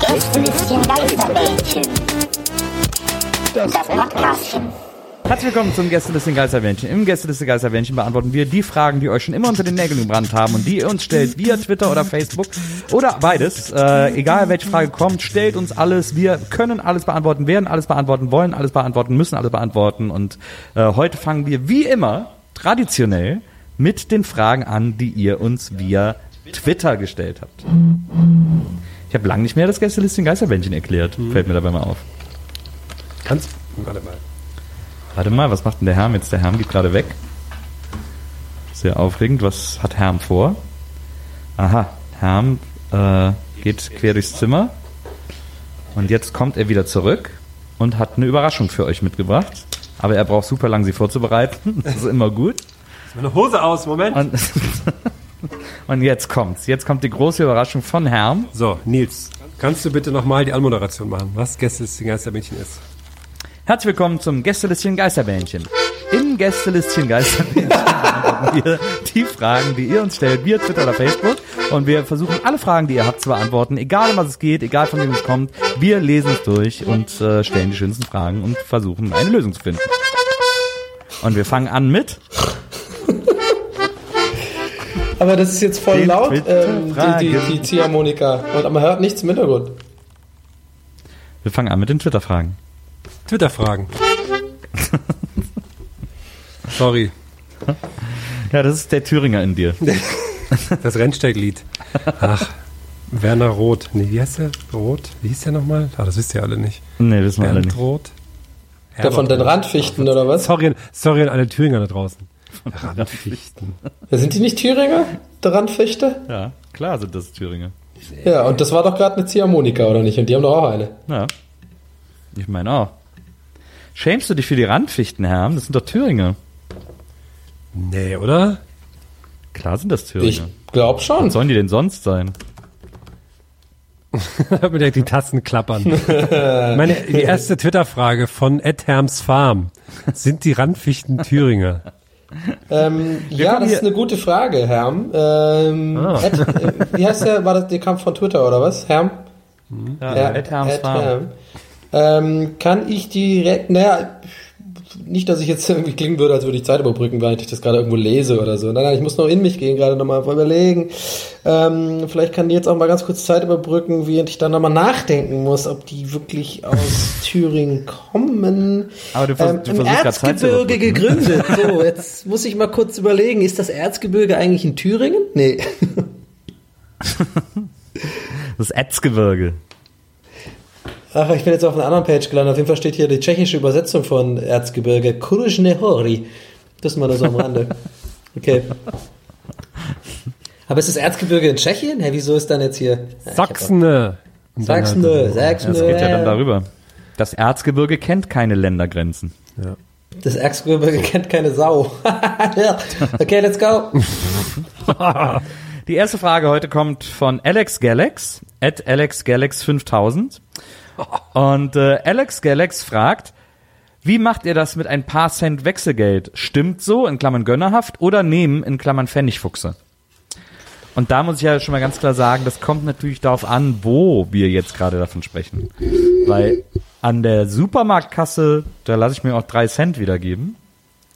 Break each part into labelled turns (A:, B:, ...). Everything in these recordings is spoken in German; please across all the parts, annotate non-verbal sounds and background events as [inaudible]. A: Das Blütchen Geistermädchen. Das Podcastchen.
B: Herzlich willkommen zum Gästeliste Geisterwändchen. Im Gästeliste Geisterwändchen beantworten wir die Fragen, die euch schon immer unter den Nägeln gebrannt haben und die ihr uns stellt via Twitter oder Facebook oder beides. Äh, egal welche Frage kommt, stellt uns alles. Wir können alles beantworten, werden alles beantworten, wollen alles beantworten, müssen alles beantworten. Und äh, heute fangen wir wie immer traditionell mit den Fragen an, die ihr uns via Twitter gestellt habt. Ich habe lange nicht mehr das Gästeliste Geisterwändchen erklärt. Fällt mir dabei mal auf.
C: Kannst. Warte mal.
B: Warte mal, was macht denn der Herm jetzt? Der Herm geht gerade weg. Sehr aufregend. Was hat Herm vor? Aha, Herm äh, geht quer durchs Zimmer. Und jetzt kommt er wieder zurück und hat eine Überraschung für euch mitgebracht. Aber er braucht super lang, sie vorzubereiten. [laughs] Das ist immer gut.
C: Ist meine Hose aus, Moment.
B: Und, [laughs] und jetzt kommt's. Jetzt kommt die große Überraschung von Herm.
C: so, Nils, kannst du bitte nochmal die Anmoderation machen, was Gästeliste Geistermädchen ist?
B: Herzlich willkommen zum Gästelistchen Geisterbähnchen. Im Gästelistchen Geisterbähnchen beantworten wir die Fragen, die ihr uns stellt, via Twitter oder Facebook. Und wir versuchen alle Fragen, die ihr habt, zu beantworten. Egal, um was es geht, egal von wem es kommt. Wir lesen es durch und äh, stellen die schönsten Fragen und versuchen, eine Lösung zu finden. Und wir fangen an mit
D: Aber das ist jetzt voll
B: Den
D: laut, ähm,
B: Twitter-Fragen.
D: die, die, die Ziehharmonika. Und man hört nichts im Hintergrund.
B: wir fangen an mit den Twitter-Fragen.
C: [laughs] Twitter-Fragen. Sorry,
B: Ja, das ist der Thüringer in dir.
C: das Rennsteig-Lied. Ach, Werner Roth. Nee, wie heißt der? Roth? Wie hieß der nochmal? Ah, das wisst ihr alle nicht.
B: Nee, wissen wir alle
C: Bernd
B: nicht.
C: Roth.
D: Da von den
C: Herbert Roth.
D: Randfichten oder was?
C: Sorry, sorry an alle Thüringer da draußen. Randfichten.
D: Sind die nicht Thüringer? Der Randfichte?
B: Ja, klar sind das Thüringer.
D: Ja, und das war doch gerade eine Ziehharmonika, oder nicht? Und die haben doch auch eine.
B: Ja. Ich meine auch. Schämst du dich für die Randfichten, Herm? Das sind doch Thüringer.
C: Nee, oder?
B: Klar sind das Thüringer.
D: Ich glaube schon.
B: Was sollen die denn sonst sein?
C: [laughs] Hört mir direkt die Tasten klappern. Meine die erste Twitter-Frage von Ed Herms Farm. Sind die Randfichten Thüringer?
D: Ähm, ja, das ist eine gute Frage, Herm. Ähm, Ed, äh, wie heißt der? War das, der kam von Twitter, oder was? Herm? Ja,
B: Ed Herms
D: Ed
B: Farm.
D: Herm. Ähm, kann ich direkt, naja, nicht, dass ich jetzt [laughs] irgendwie klingen würde, als würde ich Zeit überbrücken, weil ich das gerade irgendwo lese oder so. Nein, nein, ich muss noch in mich gehen, gerade nochmal überlegen. Ähm, vielleicht kann die jetzt auch mal ganz kurz Zeit überbrücken, während ich dann nochmal nachdenken muss, ob die
B: [laughs]
D: wirklich aus Thüringen kommen.
B: Aber du vers- du
D: Im
B: versuchst grad Zeit zu
D: Erzgebirge gegründet. So, jetzt muss ich mal kurz überlegen, ist das Erzgebirge eigentlich in Thüringen?
B: [laughs]
D: Nee.
B: Das Erzgebirge.
D: Ach, ich bin jetzt auf einer anderen Page gelandet. Auf jeden Fall steht hier die tschechische Übersetzung von Erzgebirge. Kurzne Hori. Das mal nur so am Rande. Okay. Aber ist das Erzgebirge in Tschechien? Hä, wieso ist dann jetzt hier?
C: Sachsene. Und dann
D: Sachsen,
C: halt-
D: Sachsen.
B: Das geht ja dann darüber. Das Erzgebirge kennt keine [laughs] Ländergrenzen.
D: Das Erzgebirge kennt keine Sau. [laughs] Ja. okay, let's go.
B: Die erste Frage heute kommt von Alex Galax, at Alex Galax 5000. Und äh, Alex Galax fragt, wie macht ihr das mit ein paar Cent Wechselgeld? Stimmt so, in Klammern gönnerhaft, oder nehmen, in Klammern Pfennigfuchse? Und da muss ich ja schon mal ganz klar sagen, das kommt natürlich darauf an, wo wir jetzt gerade davon sprechen. Weil an der Supermarktkasse, da lasse ich mir auch drei Cent wiedergeben.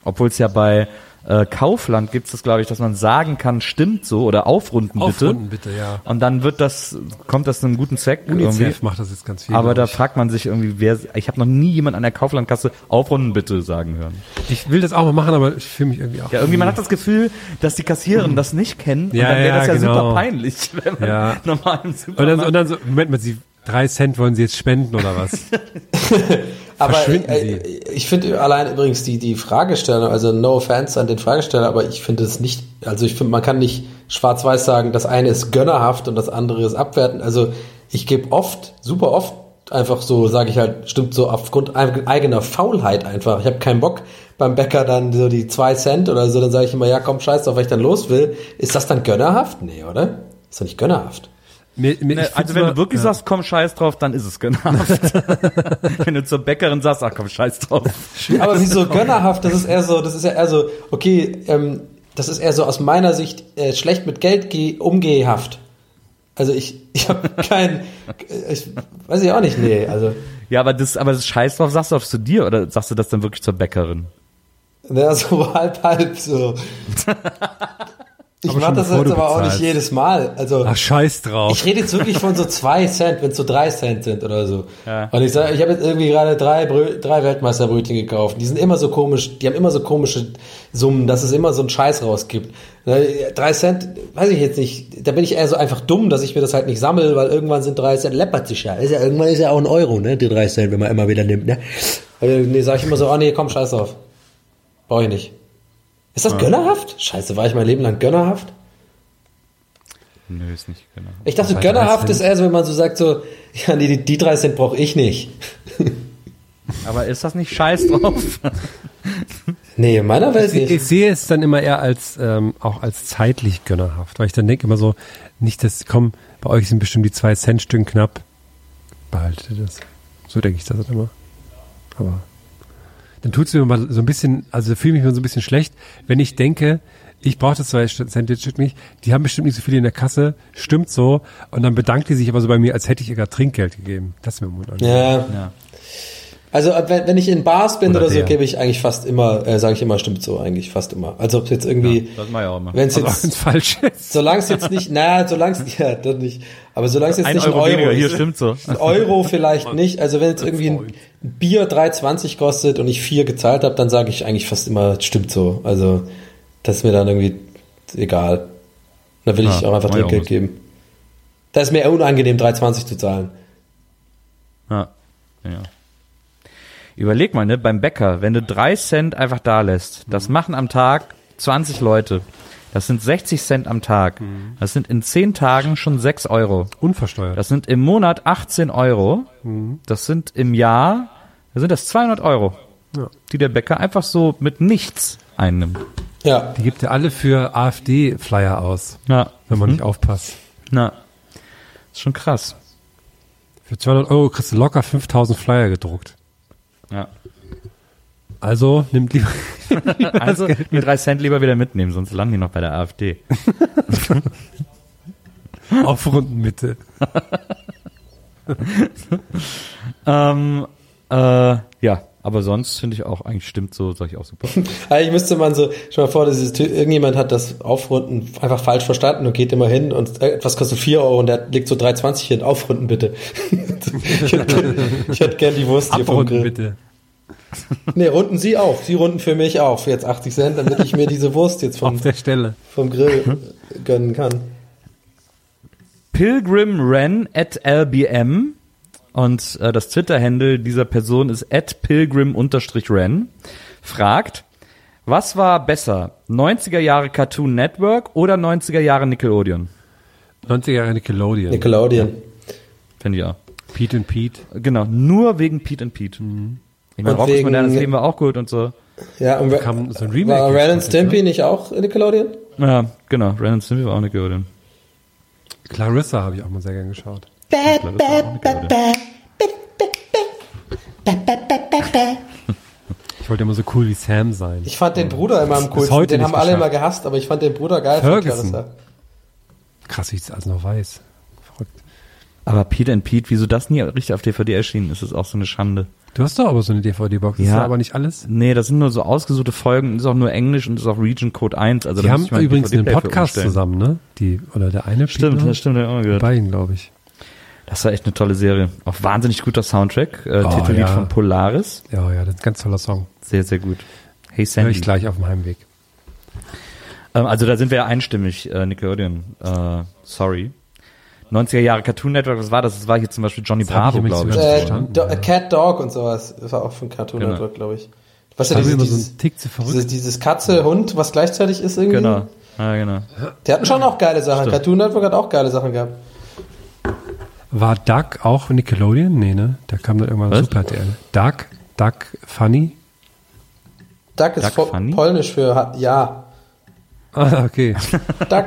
B: Obwohl es ja bei äh, Kaufland gibt es das, glaube ich, dass man sagen kann, stimmt so oder aufrunden,
C: Aufrunden
B: bitte.
C: bitte, ja.
B: Und dann wird das, kommt das einem guten Zweck irgendwie.
C: UNICEF macht das jetzt ganz viel.
B: Aber da
C: glaub
B: fragt man sich irgendwie, wer, ich habe noch nie jemand an der Kauflandkasse aufrunden bitte sagen hören.
C: ich. ich will das auch mal machen, aber ich fühle mich irgendwie auch.
B: Ja, irgendwie man hat das Gefühl, dass die Kassiererin das nicht kennen
C: Ja,
B: und dann wäre
C: ja,
B: das ja super
C: genau.
B: peinlich, [laughs] wenn man
C: Ja.
B: normal im
C: und, dann, und
B: Supermarkt.
C: dann so, Moment mal, sie drei Cent wollen sie jetzt spenden oder
B: [laughs]
C: was?
D: Aber
C: Verschwinden
D: äh, ich finde allein übrigens die, die Fragestellung, also no offense an den Fragesteller, aber ich finde es nicht, also ich finde, man kann nicht schwarz-weiß sagen, das eine ist gönnerhaft und das andere ist abwertend. Also ich gebe oft, super oft einfach so, sage ich halt, stimmt so aufgrund eig- eigener Faulheit einfach. Ich habe keinen Bock beim Bäcker dann so die zwei Cent oder so, dann sage ich immer, ja komm, scheiß drauf, weil ich dann los will. Ist das dann gönnerhaft? Nee, oder? Ist doch nicht gönnerhaft.
C: Mir, mir, ich
B: Ne,
C: find's
B: Also wenn
C: immer-
B: du wirklich sagst, komm scheiß drauf, dann ist es genervt. [laughs] wenn du zur Bäckerin sagst, ach komm scheiß
C: [laughs]
B: drauf.
D: Aber wieso gönnerhaft? Das ist eher so, das ist ja eher so, okay, ähm, das ist eher so aus meiner Sicht äh, schlecht mit Geld geh, umgehaft. Also ich, [laughs] ich habe kein, äh, ich weiß ich auch nicht, nee, also
B: Ja, aber das, aber das scheiß drauf sagst du auch zu dir oder sagst du das dann wirklich zur Bäckerin?
D: na, ne, so [laughs] halb
C: [laughs]
D: halb so. Ich
C: Aber
D: mache
C: schon
D: das
C: bevor
D: jetzt
C: du
D: aber auch nicht
C: bezahlst.
D: jedes Mal. Also
C: Ach, Ah, scheiß
D: ich
C: drauf.
D: rede jetzt wirklich von so zwei Cent, wenn es so drei Cent sind oder so. Und ich sage, ich habe jetzt irgendwie gerade drei, Brö drei Weltmeisterbrötchen gekauft. Die sind immer so komisch, die haben immer so komische Summen, dass es immer so einen Scheiß rausgibt. Ne, Drei Cent, weiß ich jetzt nicht. Da bin ich eher so einfach dumm, dass ich mir das halt nicht sammel, weil irgendwann sind drei Cent, läppert sich ja. Ist ja irgendwann ist ja auch ein Euro, ne? Die drei Cent, wenn man immer wieder nimmt, ne? Also, nee, sage ich immer so, oh nee, komm, scheiß drauf. Brauche ich nicht. Ist das gönnerhaft? Scheiße, war ich mein Leben lang gönnerhaft?
B: Nö, ist nicht genau.
D: Ich dachte,
C: Bei
D: gönnerhaft
C: drei
D: ist
C: Cent.
D: eher so, wenn man so sagt, so, ja, nee, die, die drei Cent brauche ich nicht.
B: Aber ist das nicht scheiß
D: [laughs]
B: drauf?
D: Nee, in meiner Welt
C: Ich,
D: nicht.
C: ich sehe es dann immer eher als ähm, auch als zeitlich gönnerhaft, weil ich dann denke immer so, nicht dass komm, bei euch sind bestimmt die zwei Cent Stücken knapp. Behaltet ihr das. So denke ich das halt immer. Aber dann tut's mir mal so ein bisschen, also fühle ich mich mal so ein bisschen schlecht, wenn ich denke, ich brauche das zwei Cent Stück nicht, die haben bestimmt nicht so viel in der Kasse, stimmt so, und dann bedankt die sich aber so bei mir, als hätte ich ihr gerade Trinkgeld gegeben. Das ist mir unangenehm.
D: Ja.
B: Ja.
D: Also ab- wenn, wenn ich in Bars bin oder,
C: Oder
D: so,
C: der.
D: gebe ich eigentlich fast immer, äh, sage ich immer, stimmt so eigentlich fast immer. Also ob es jetzt irgendwie,
B: das mach ich auch immer.
D: wenn es
C: Also
B: [laughs]
D: jetzt,
C: wenn's falsch [laughs] ist.
D: solange es jetzt nicht, na, solange es, ja, das nicht, aber solange es jetzt
B: Also Ein
D: nicht
B: Euro
D: ein Euro
B: weniger,
D: ist,
B: hier stimmt so.
D: ein Euro vielleicht nicht. Also wenn jetzt irgendwie ein Bier 3,20 kostet und ich vier gezahlt habe, dann sage ich eigentlich fast immer, stimmt so. Also das ist mir dann irgendwie egal. Dann will ich
B: Ja,
D: auch einfach
B: mach ich auch
D: Trinkgeld
B: was.
D: geben. Das ist mir eher unangenehm, 3,20 zu zahlen.
B: Ja. ja. Überleg mal, ne, beim Bäcker, wenn du drei Cent einfach da lässt, das machen am Tag 20 Leute. Das sind 60 Cent am Tag. Das sind in 10 Tagen schon 6 Euro.
C: Unversteuert.
B: Das sind im Monat 18 Euro. Das sind im Jahr, das sind das 200 Euro, die der Bäcker einfach so mit nichts einnimmt.
D: [laughs] Ja,
C: Die gibt ja alle für AfD-Flyer aus,
B: Ja,
C: wenn man nicht aufpasst.
B: na, ist schon krass.
C: Für 200 Euro kriegst du locker 5000 Flyer gedruckt.
B: Ja.
C: Also nimmt lieber. [laughs]
B: Also mit 3 Cent lieber wieder mitnehmen, sonst landen die noch bei der AfD.
C: Aufrunden bitte.
B: Ähm, äh, ja, aber sonst finde ich auch, eigentlich stimmt so, sage ich auch super.
D: eigentlich Also müsste man so, schon mal vor, dieses, Ty- irgendjemand hat das Aufrunden einfach falsch verstanden und geht immer hin und äh, etwas kostet 4 Euro und der legt so 3,20 hin, aufrunden bitte. [laughs] ich hätte gern, ich hätte gern die Wurst hier vom
C: Abrunden
D: Grill.
C: bitte.
D: Nee, runden Sie auf. Sie runden für mich auf. Jetzt 80 Cent, damit ich mir diese Wurst jetzt vom,
C: Auf der Mhm. Stelle.
D: vom Grill gönnen kann.
B: Pilgrim Ren at LBM und äh, das Twitter-Handle dieser Person ist at pilgrim-ren fragt, was war besser, 90er Jahre Cartoon Network oder 90er Jahre Nickelodeon?
C: 90er Jahre Nickelodeon.
D: Nickelodeon.
B: Finde ich auch.
C: Pete und Pete.
B: Genau, nur wegen Pete and Pete. Ich meine,
D: Mhm. Und
B: Rockets
D: wegen-
B: modernes Leben war auch gut und so.
D: Ja, und Ra-
C: Kam so ein Remake.
D: war
C: jetzt, ne?
D: Ren and
C: weiß ich,
D: Stimpy nicht auch Nickelodeon?
B: Ja, genau, Ren und Stimpy war auch Nickelodeon.
C: ne? Clarissa habe ich auch mal sehr gern geschaut. Ich wollte immer so cool wie Sam sein.
D: Ich fand den Bruder immer am
C: Bis
D: coolsten.
C: Mhm. heute
D: Den
C: nicht
D: haben alle
C: geschafft.
D: immer gehasst, aber ich fand den Bruder geil. von
C: Ferguson.
D: Clarissa.
C: Krass, wie ich das alles noch weiß. Verrückt.
B: Aber Pete and Pete, wieso das nie richtig auf DVD erschienen ist, ist auch so eine Schande.
C: Du hast doch aber so eine DVD-Box, das
B: Ja.
C: ist aber nicht alles.
B: Nee, das sind nur so ausgesuchte Folgen, ist auch nur Englisch und ist auch Region Code 1. Also
C: Die
B: da
C: haben
B: müsste ich mal
C: übrigens einen
B: DVD für
C: Podcast
B: umstellen.
C: zusammen, ne? Die, oder der eine
B: Stimmt, das stimmt, hab ich auch mal gehört.
C: Beiden, glaube ich.
B: Das war echt eine tolle Serie. Auch wahnsinnig guter Soundtrack, äh,
C: Oh,
B: tituliert
C: ja.
B: von Polaris.
C: Ja, ja, das ist ein ganz toller Song.
B: Sehr, sehr gut. Hey
C: Höre
B: Sandy.
C: ich gleich auf dem Heimweg.
B: Ähm, also da sind wir ja einstimmig, äh, Nickelodeon. Äh, sorry. 90er Jahre Cartoon Network, was war das? Das war hier zum Beispiel Johnny
C: Das hab ich
B: Bravo,
C: übrigens
B: glaube ich.
C: sogar-
E: Äh,
C: Verstanden,
E: Do
C: ja.
E: Cat Dog und sowas. Das war auch von Cartoon
B: Genau.
E: Network, glaube ich. Was
C: Da
E: ja
C: bin
E: dieses,
C: ich immer so
E: dieses,
C: einen Tick zu verrückt.
E: dieses, dieses Katze-Hund, was gleichzeitig ist irgendwie.
B: Genau. Ja, genau.
E: Die hatten schon auch geile Sachen. Cartoon Network hat auch geile Sachen gehabt.
C: War Duck auch Nickelodeon? Nee, ne? Da kam dann irgendwann
B: Was?
C: Super RTL. Duck, Duck Funny.
E: Duck ist
B: Duck
E: vo-
B: Funny?
E: polnisch für, Ha- ja,
C: Ah, okay. [laughs]
E: Duck.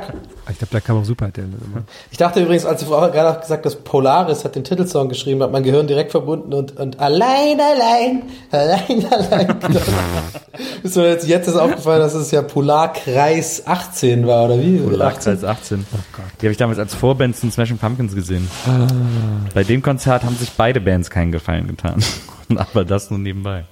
C: ich glaube, da kam auch Super RTL dann immer.
E: Ich dachte übrigens, als du vorher gerade gesagt hast, Polaris hat den Titelsong geschrieben, hat mein Gehirn direkt verbunden und, und allein, allein, allein, allein. [laughs] gedacht. ist mir jetzt, jetzt ist aufgefallen, dass es ja Polarkreis 18 war, oder wie?
B: Lachs als 18. Die habe ich damals als Vorband zu den Smashing Pumpkins gesehen. Bei dem Konzert haben sich beide Bands keinen Gefallen [laughs] getan. Aber das nur nebenbei.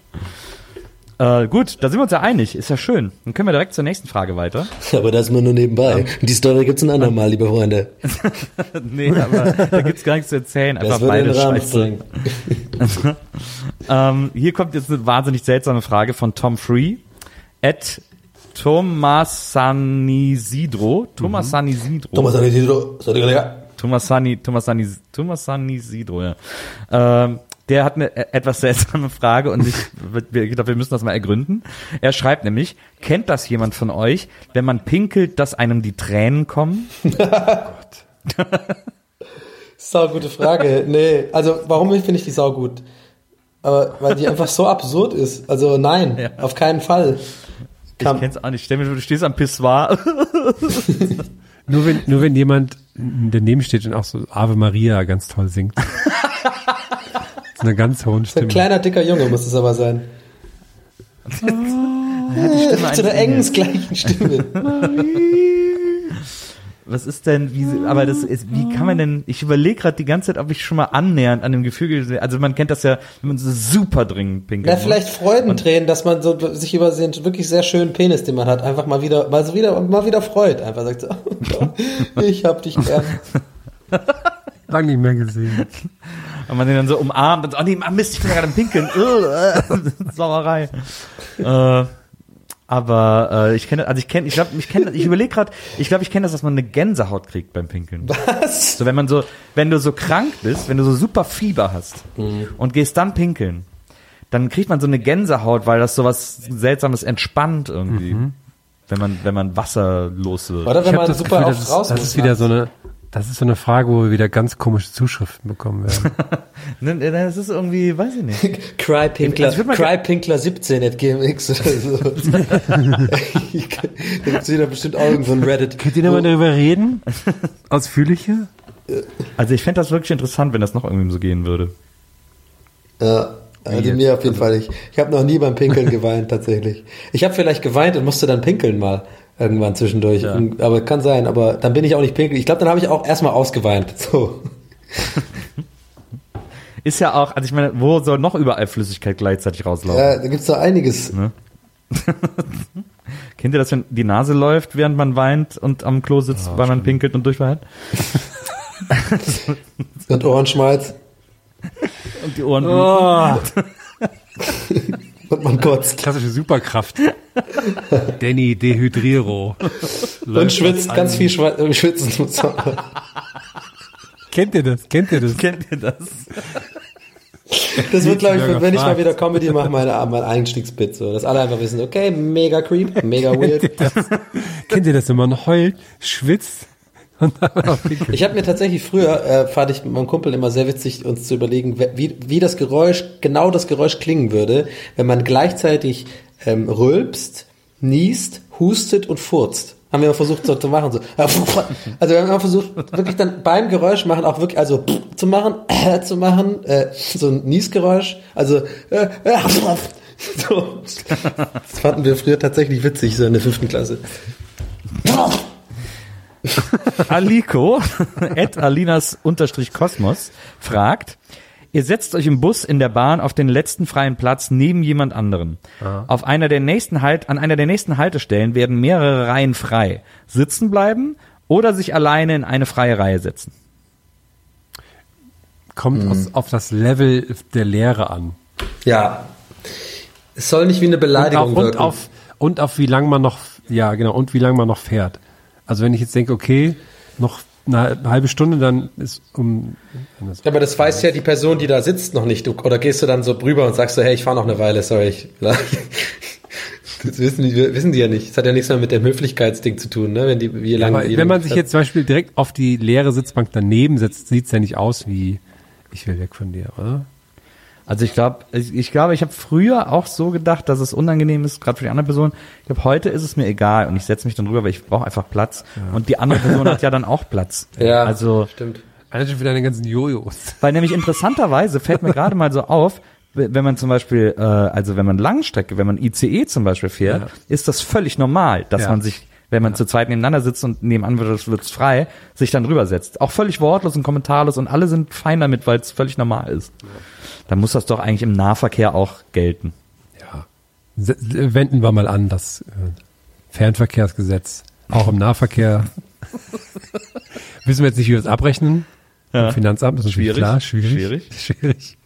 B: Äh, gut, da sind wir uns ja einig. Ist ja schön. Dann können wir direkt zur nächsten Frage weiter.
D: Aber das mal nur nebenbei. Die Story gibt's ein andermal, liebe Freunde.
B: [laughs] Nee, aber da gibt's gar nichts zu erzählen. Einfach
D: Das würde den
B: beide
D: Rahmen
B: Scheiße.
D: sprengen.
B: Ähm, hier kommt jetzt eine wahnsinnig seltsame Frage von Tom Free. At Thomas Sanisidro. Thomas Sanisidro.
D: Thomas Anisidro, sorry, Kollege.
B: Thomasani, Thomasani, Thomasani Sidro, ja. Ähm, der hat eine e- etwas seltsame Frage [laughs] und ich, wir- ich glaube, wir müssen das mal ergründen. Er schreibt nämlich, kennt das jemand von euch, wenn man pinkelt, dass einem die Tränen kommen?
E: Sau gute Frage. Nee, also warum finde ich die sau gut? Aber weil die einfach so absurd ist. Also nein, auf keinen Fall.
B: Ich kenn's auch nicht. Stell mir vor, du stehst am Pissoir.
C: Nur wenn, nur wenn jemand daneben steht und auch so Ave Maria ganz toll singt. Mit so einer ganz hohen
E: Ein
C: Stimme.
E: kleiner, dicker Junge muss es aber sein.
C: Ah.
B: Stimme
E: Zu der
B: eines Engels.
E: engelsgleichen
C: [laughs]
E: Stimme.
B: [laughs] Was ist denn, wie, aber das ist, wie kann man denn, ich überlege gerade die ganze Zeit, ob ich schon mal annähernd an dem Gefühl, also man kennt das ja, wenn man so super dringend pinkelt.
C: Genau.
B: ne?
E: Ja, vielleicht Freudentränen, dass man so sich über den wirklich sehr schönen Penis, den man hat, einfach mal wieder, mal so wieder, mal wieder freut. Einfach sagt so, [laughs] ich hab dich gern.
C: Lang nicht mehr gesehen.
B: Und man den dann so umarmt und so, oh nee, Mist, ich bin ja gerade am Pinkeln. [laughs] Ugh, äh, Sauerei. äh, aber äh, ich kenne, also ich kenne, ich glaube, ich kenne, ich überlege gerade, ich glaube, ich kenne das, dass man eine Gänsehaut kriegt beim Pinkeln. Was? So, wenn man so, wenn du so krank bist, wenn du so super Fieber hast und gehst dann pinkeln, dann kriegt man so eine Gänsehaut, weil das so was Seltsames entspannt irgendwie. Wenn man, wenn man wasserlos wird.
E: Oder wenn
C: Ich habe
E: man
C: das
E: super
C: Gefühl,
E: oft
C: das ist,
E: raus
C: das
E: muss
C: ist wieder
E: nachts.
C: so eine, das ist so eine Frage, wo wir wieder ganz komische Zuschriften bekommen werden.
B: Ne, ne, Das ist irgendwie, weiß ich nicht.
D: Cry Pinkler,
B: Also ich würd mal
D: Cry Pinkler 17 at GMX oder
E: [laughs]
C: [laughs]
D: so. da gibt's wieder bestimmt auch irgend so ein Reddit.
C: Könnt ihr nochmal darüber reden? Ausführlicher?
B: Also ich fände das wirklich interessant, wenn das noch irgendwie so gehen würde.
D: Ja,
B: jetzt?
D: also mir auf jeden Fall nicht. Ich habe noch nie beim Pinkeln [laughs] geweint, tatsächlich. Ich habe vielleicht geweint und musste dann pinkeln mal irgendwann zwischendurch. Und- Aber kann sein, aber dann bin ich auch nicht pinkeln. Ich glaube, dann habe ich auch erstmal ausgeweint. So.
B: Ist ja auch, also ich meine, wo soll noch überall Flüssigkeit gleichzeitig rauslaufen?
D: Ja, Äh, da gibt's doch einiges.
B: Kennt ihr das, wenn die Nase läuft, während man weint und am Klo sitzt, weil man pinkelt und Durchfall hat?
D: Und Ohrenschmalz
B: Und die
C: Oh.
B: Ohren. [laughs]
E: Oh.
D: und man kotzt.
C: Klassische Superkraft. Danny Dehydriro.
D: Und schwitzt, ganz viel Schwe äh, schwitzen. [laughs] muss man.
C: Kennt ihr das? Kennt ihr das?
B: Kennt ihr das?
D: Das wird, glaube ich,
C: Bürger
D: wenn ich mal
C: fragt.
D: wieder Comedy mache, meine, mein Einstiegsbit, so, dass alle einfach wissen, okay, mega creep, mega weird. [laughs]
C: Kennt ihr das, wenn man heult, schwitzt und dann auf die
D: Ich habe mir tatsächlich früher, äh, fand ich mit meinem Kumpel immer sehr witzig, uns zu überlegen, we- wie, wie das Geräusch, genau das Geräusch klingen würde, wenn man gleichzeitig ähm, rülpst, niest, hustet und furzt. Haben wir mal versucht so zu machen. So. [laughs] Also wir haben immer versucht, wirklich dann beim Geräusch machen, auch wirklich, also [laughs] zu machen, zu machen, äh, so ein Niesgeräusch, also äh, [laughs] so. Das fanden wir früher tatsächlich witzig, so in der fünften Klasse.
B: [laughs] Aliko, at Alinas unterstrich Kosmos, fragt, Ihr setzt euch im Bus, in der Bahn, auf den letzten freien Platz neben jemand anderen. Auf einer der nächsten halt, an einer der nächsten Haltestellen werden mehrere Reihen frei. Sitzen bleiben oder sich alleine in eine freie Reihe setzen.
C: Kommt aus, auf das Level der Lehre an.
D: Ja. Es soll nicht wie eine
C: Und, auf,
D: Beleidigung wirken.
C: und, auf, und auf wie lange man noch, ja genau, und wie lange man noch fährt. Also wenn ich jetzt denke, okay, noch eine halbe Stunde, dann ist um
D: Ja, aber das weiß ja die Person, die da sitzt, noch nicht. Du, oder gehst du dann so rüber und sagst so, hey, ich fahre noch eine Weile, sorry. Ich, [laughs] das wissen die, wissen die ja nicht. Das hat ja nichts mehr mit dem Höflichkeitsding zu tun, ne? Wenn die, wie lange
C: Aber
D: die-
C: wenn man sich jetzt zum Beispiel direkt auf die leere Sitzbank daneben setzt, sieht's ja nicht aus wie ich will weg von dir, oder?
B: Also ich glaube, ich, ich glaube, ich habe früher auch so gedacht, dass es unangenehm ist, gerade für die andere Person. Ich glaube, heute ist es mir egal und ich setze mich dann rüber, weil ich brauche einfach Platz. Und die andere Person hat ja dann auch Platz.
D: Ja,
B: Also,
D: stimmt.
C: Eigentlich für deine ganzen Jojos.
B: weil nämlich interessanterweise fällt mir gerade mal so auf, w- wenn man zum Beispiel, äh, also wenn man Langstrecke, wenn man ICE zum Beispiel fährt,
C: Ja.
B: ist das völlig normal, dass
C: Ja.
B: man sich, wenn man zu zweit nebeneinander sitzt und nebenan wird wird's frei, sich dann rübersetzt. Auch völlig wortlos und kommentarlos und alle sind fein damit, weil es völlig normal ist. Dann muss das doch eigentlich im Nahverkehr auch gelten.
C: Ja. Se- Wenden wir mal an, das äh, Fernverkehrsgesetz. Auch im Nahverkehr. Wissen wir jetzt nicht, wie wir das abrechnen. Im Finanzamt ist natürlich
B: Schwierig.
C: klar, schwierig. Schwierig. [laughs] schwierig.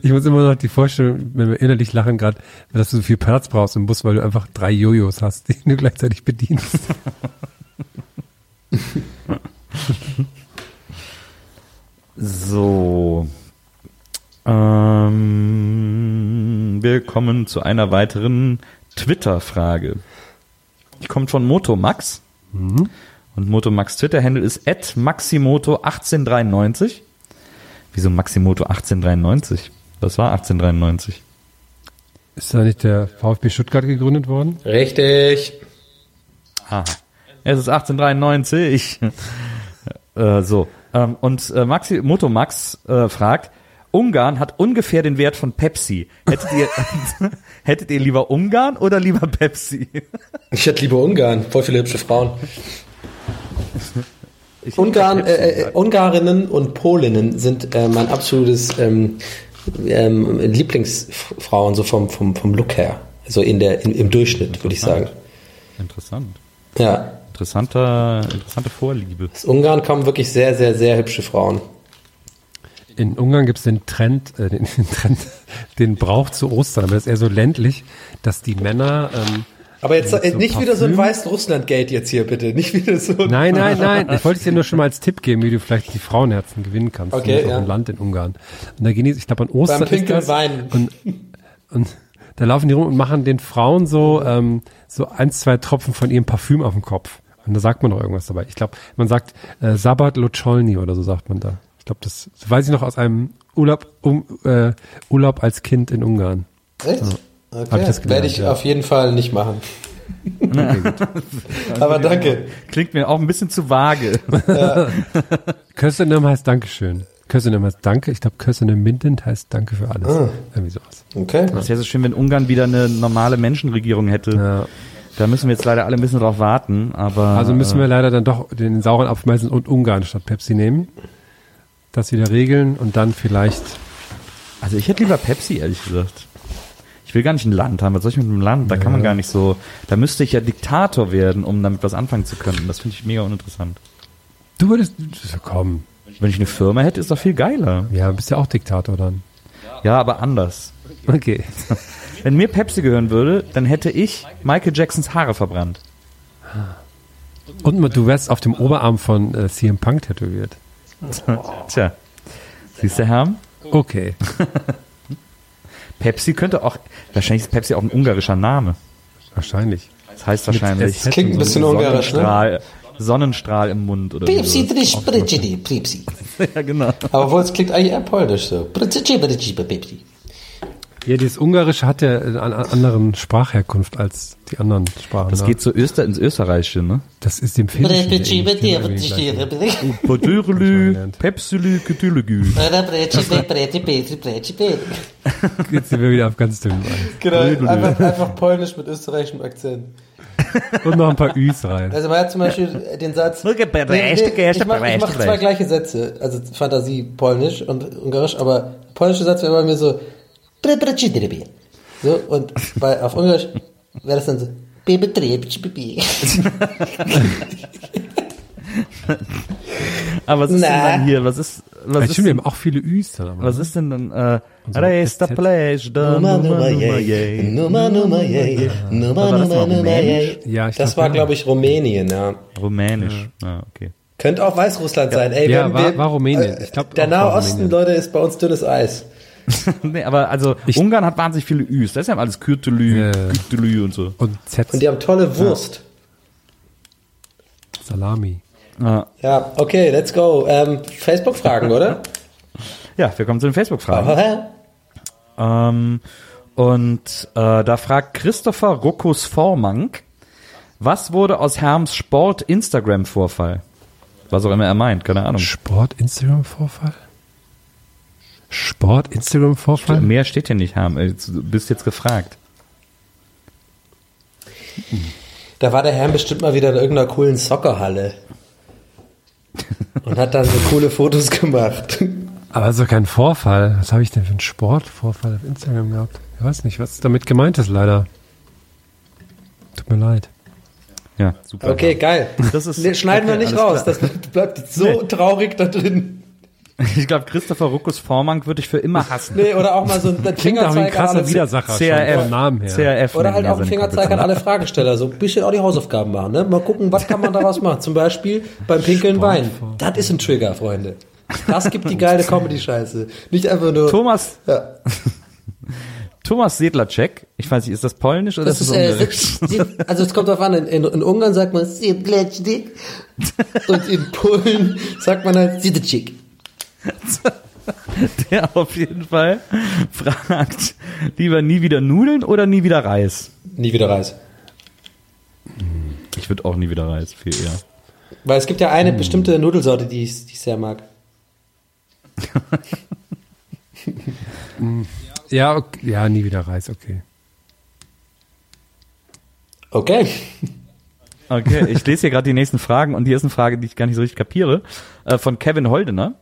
C: Ich muss immer noch die Vorstellung, wenn wir innerlich lachen gerade, dass du so viel Platz brauchst im Bus, weil du einfach drei Jojos hast, die du [laughs] gleichzeitig bedienst.
B: So. Ähm, wir kommen zu einer weiteren Twitter-Frage. Die kommt von Motomax. Und Motomax Twitter-Handle ist maximoto1893. Wieso Maximoto1893? Das war 1893.
C: Ist da nicht der VfB Stuttgart gegründet worden?
D: Richtig.
B: Ah, es ist 1893. [laughs] äh, so. Ähm, und äh, Maxi, Motomax äh, fragt, Ungarn hat ungefähr den Wert von Pepsi. Hättet ihr, [laughs] hättet ihr lieber Ungarn oder lieber Pepsi?
D: Ich hätte lieber Ungarn. Voll viele hübsche Frauen.
B: Ich-
D: Ungarn, äh, äh, Ungarinnen und Polinnen sind äh, mein absolutes ähm, ähm, Lieblingsfrauen, so vom, vom, vom Look her. Also in der, in, im Durchschnitt, würde ich sagen.
B: Interessant.
D: Ja.
B: Interessanter, interessante Vorliebe.
D: Aus Ungarn kommen wirklich sehr, sehr, sehr hübsche Frauen.
C: In Ungarn gibt's den Trend, äh, den, [laughs] den Trend, den Brauch zu Ostern, aber das ist eher so ländlich, dass die Männer. Ähm,
D: Aber jetzt äh,
C: so
D: nicht wieder so ein
C: Parfüm?
D: weißen Russland-Gate jetzt hier, bitte. Nicht wieder so. ein-
C: nein, nein, nein. Ich wollte es dir nur schon mal als Tipp geben, wie du vielleicht die Frauenherzen gewinnen kannst.
D: Okay,
C: zumindest
D: ja.
C: auf dem Land in Ungarn. Und da gehen die, ich glaube, an Ostern.
D: [laughs] Beim
C: ist
D: Pinkeln
C: das,
D: weinen.
C: und, und da laufen die rum und machen den Frauen so, ähm, so ein, zwei Tropfen von ihrem Parfüm auf den Kopf. Und da sagt man noch irgendwas dabei. Ich glaube, man sagt äh, Sabbat Locholny oder so sagt man da. Ich glaube, das weiß ich noch aus einem Urlaub, um, äh, Urlaub als Kind in Ungarn.
D: Echt?
C: Hab
D: Okay.
C: ich das gelernt,
D: Werde ich
C: ja.
D: auf jeden Fall
C: [laughs]
D: nicht machen. [laughs] Aber danke.
B: Klingt mir auch ein bisschen zu vage.
C: Kössenem heißt Dankeschön. Kössenem heißt Danke. Ich glaube, Kössenem Mindent heißt Danke für alles.
D: Ah.
C: Irgendwie sowas.
D: Okay.
B: [laughs] Das wäre so schön, wenn Ungarn wieder eine normale Menschenregierung hätte.
C: Ja.
B: Da müssen wir jetzt leider alle ein bisschen drauf warten, aber.
C: Also müssen wir leider dann doch den sauren Apfelmeißen und Ungarn statt Pepsi nehmen. Das wieder regeln und dann vielleicht.
B: Also ich hätte lieber Pepsi, ehrlich gesagt. Ich will gar nicht ein Land haben. Was soll ich mit einem Land? Da kann man gar nicht so. Da müsste ich ja Diktator werden, um damit was anfangen zu können. Das finde ich mega uninteressant.
C: Du würdest. So, komm.
B: Wenn ich eine Firma hätte, ist doch viel geiler.
C: Ja, bist ja auch Diktator dann.
B: Ja, aber anders. [laughs]
C: Okay.
B: Wenn mir Pepsi gehören würde, dann hätte ich Michael Jacksons Haare verbrannt.
C: Und du wärst auf dem Oberarm von äh, CM Punk tätowiert.
B: Tja. Siehst du, Herr?
C: Okay.
B: Pepsi könnte auch. Wahrscheinlich ist Pepsi auch ein ungarischer Name.
C: Wahrscheinlich.
B: Das heißt wahrscheinlich.
C: SZ
D: Klingt ein bisschen ungarisch, ne?
B: Sonnenstrahl, Sonnenstrahl im Mund oder so.
D: drisch,
C: [laughs]
D: Brigidi, Pepsi.
B: Ja, genau.
D: Aber obwohl, es klingt eigentlich eher polnisch so. Brigidi, Brigidi, Pepsi.
C: Ja, das Ungarische hat ja eine eine anderen Sprachherkunft als die anderen Sprachen.
B: Das
C: ne?
B: geht so Öster ins Österreichische, ne?
C: Das ist dem Film.
F: Brigidi, Brigidi, Brigidi.
B: Podürlü,
C: gelernt.
B: Pepsilü, Gedülügü.
F: Brigidi, Brigidi, Brigidi, Brigidi.
C: Jetzt sind wir wieder auf ganz dünnem Eis.
D: Genau, einfach, einfach polnisch mit österreichischem Akzent.
C: Und noch ein paar Üs rein.
D: Also man hat zum Beispiel den Satz.
B: Look at the rest,
D: ich mache ich mach zwei gleiche Sätze, also Fantasie polnisch und ungarisch, aber polnische Satz wäre bei mir so so und bei, auf ungarisch wäre das dann so
B: Aber Ah, was ist denn
D: Na.
B: dann hier? Was ist, was
C: Also
B: ist,
C: stimmt, wir
B: denn,
C: haben auch viele Üs dann.
D: Also,
C: aber-
B: was ist denn dann? Äh,
C: so
B: Resta
C: SZ.
B: Plage, da
D: [laughs] Nummer,
B: Nummer,
D: Nummer,
B: Nummer,
D: yay.
B: yay.
D: Nummer, Nummer, yay. Nummer,
B: war das
D: Nummer,
B: mal
D: Nummer, yay.
C: Ja, ich
D: Das
C: glaub,
D: war,
C: ja.
D: glaube ich, Rumänien, ja.
B: Rumänisch. Ah, okay. [laughs]
D: Könnte auch Weißrussland sein. Ey,
C: Ja,
D: wenn
C: war-
D: wir-
C: war Rumänien. Ich glaub,
D: der
C: auch war
D: Nahe Osten,
C: Rumänien.
D: Leute, ist bei uns dünnes Eis.
B: nee, aber also Ungarn hat wahnsinnig viele Üs. Das ist ja alles Kürtelü,
C: Ja, ja.
B: Kürtelü und so.
C: Und Z
D: Und die haben tolle Wurst.
C: Salami.
B: Ja,
D: Ja, okay, let's go. Ähm, Facebook-Fragen, oder? äh,
B: ja wir kommen zu den Facebook-Fragen.
D: Aha.
B: Ähm, und äh, da fragt Christopher Ruckus Vormank, was wurde aus Herms Sport-Instagram-Vorfall? Was auch immer er meint, keine Ahnung.
C: Sport-Instagram-Vorfall? Sport-Instagram-Vorfall?
B: Mehr steht hier nicht, Herm. Äh, Du bist jetzt gefragt.
D: Da war der Herr bestimmt mal wieder in irgendeiner coolen Soccerhalle. Und hat dann so coole Fotos gemacht.
C: Aber so kein Vorfall. Was habe ich denn für einen Sportvorfall auf Instagram gehabt? Ich weiß nicht, was damit gemeint ist, leider. Tut mir leid.
B: Ja, super.
D: Okay, geil.
B: Das ist-
D: Nee, schneiden wir
B: okay,
D: nicht raus.
B: alles
D: Das bleibt so traurig da drin.
B: [laughs] Ich glaube, Christopher Ruckus Vormank würde ich für immer hassen.
D: Nee, oder auch mal so ein
C: Klingt auch wie ein
D: Fingerzeig an
C: krasser
D: alle-
C: Widersacher schon vom Namen her.
B: CRF.
D: Oder
B: nennen
D: halt
B: wir
D: auch ein
B: seinen
D: Fingerzeig an
B: Kumpel.
D: alle Fragesteller. So ein bisschen auch die Hausaufgaben machen. Ne? Mal gucken, was kann man daraus machen. Zum Beispiel beim pinkeln Wein. Das ist ein Trigger, Freunde. Das gibt die geile Comedy-Scheiße. Nicht einfach nur...
B: Thomas,
D: Ja.
B: Thomas Sedlacek. Ich weiß nicht, ist das polnisch oder
D: Das
B: ist
D: ist,
B: das
D: äh,
B: ungarisch?
D: Sitz- Sitz- also es kommt drauf an, in, in, in Ungarn sagt man Siedlecik und in Polen sagt man halt Siedlecik.
B: [laughs] Der auf jeden Fall fragt, lieber nie wieder Nudeln oder nie wieder Reis?
D: Nie wieder Reis.
B: Ich würde auch nie wieder Reis, viel eher.
D: Weil es gibt ja eine bestimmte Nudelsorte, die ich, die ich sehr mag.
C: Ja, ok- ja, nie wieder Reis, okay.
D: Okay.
B: Okay, ich lese hier gerade die nächsten Fragen und hier ist eine Frage, die ich gar nicht so richtig kapiere, äh, von Kevin Holdener.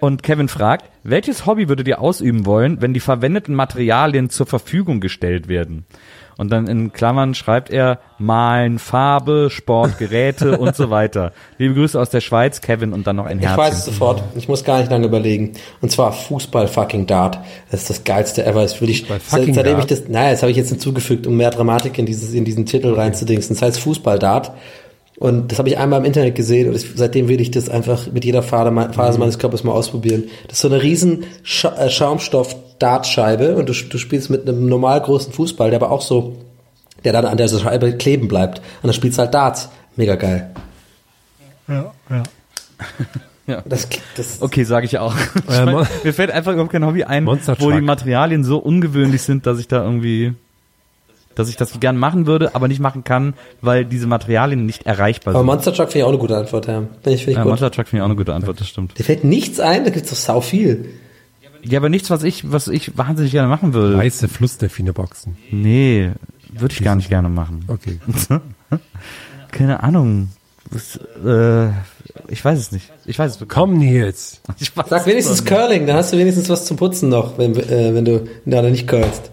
B: Und Kevin fragt, welches Hobby würdet ihr ausüben wollen, wenn die verwendeten Materialien zur Verfügung gestellt werden? Und dann in Klammern schreibt er Malen, Farbe, Sport,
D: [laughs]
B: Geräte und so weiter. Liebe Grüße aus der Schweiz, Kevin und dann noch ein
D: Ich weiß es
B: Herz.
D: sofort. Ich muss gar nicht lange überlegen. Und zwar Fußball fucking Dart. Das ist das geilste ever. Das will ich,
C: Fußball
D: seit,
C: fucking
D: seitdem ich
C: Dart?
D: das, naja, das habe ich jetzt hinzugefügt, um mehr Dramatik in dieses, in diesen Titel reinzudingsen. Das heißt Fußball Dart. Und das habe ich einmal im Internet gesehen und ich, seitdem will ich das einfach mit jeder Phase, me-
C: Mhm.
D: Phase meines Körpers mal ausprobieren. Das ist so eine riesen Scha äh, Schaumstoff-Dartscheibe und du, du spielst mit einem normal großen Fußball, der aber auch so, der dann an der Scheibe kleben bleibt. Und dann spielst du halt Darts. Mega geil. Ja, ja. Das, das,
B: Okay, sage ich [laughs] auch. Ich
C: Äh,
B: mein,
C: Mon-
B: mir fällt einfach überhaupt kein Hobby ein,
C: Monster
B: wo die
C: Truck.
B: Materialien so ungewöhnlich sind, dass ich da irgendwie, dass ich das gern machen würde, aber nicht machen kann, weil diese Materialien nicht erreichbar
D: Aber
B: sind.
D: Monster Truck finde ich auch eine gute Antwort, ja. Finde ich, finde
B: Ja,
D: ich gut.
B: Monster Truck finde ich auch eine gute Antwort, das stimmt.
D: Dir fällt nichts ein, da gibt es doch sau viel.
B: Ja, aber nichts, was ich, was ich wahnsinnig gerne machen würde.
C: Weiße Flussdelfine boxen.
B: Nee, würde ich gar nicht gerne
D: [laughs]
B: machen.
C: Okay.
B: Keine Ahnung. Was, äh, ich weiß es nicht. Ich weiß es wirklich.
C: Komm, Nils.
B: Ich weiß
D: Sag
B: es
D: wenigstens
B: nicht.
D: Curling, dann hast du wenigstens was zum Putzen noch, wenn, äh, wenn du da nicht curlst.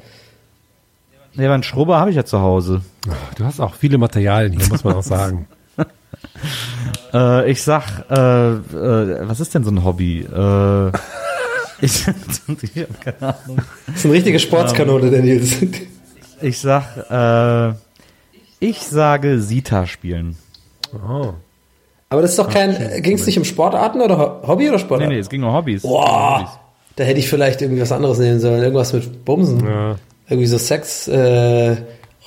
B: Nee, aber einen Schrubber habe ich ja zu Hause.
C: Oh, Du hast auch viele Materialien hier, muss man auch sagen.
B: Äh, ich sag, äh, äh, was ist denn so ein Hobby? Äh, ich, [laughs] ich hab keine Ahnung.
D: Das ist eine richtige Sportskanone, der Nils.
B: Ich sag, äh, ich sage Sita spielen.
C: [laughs] Oh.
D: [laughs] Aber das ist doch kein, ging es nicht um Sportarten oder Ho- Hobby oder
B: Nee,
D: Sportarten?
B: nee, es ging um Hobbys.
D: Boah, da hätte ich vielleicht irgendwie was anderes nehmen sollen, irgendwas mit Bumsen.
C: Ja.
D: Irgendwie so Sex, äh,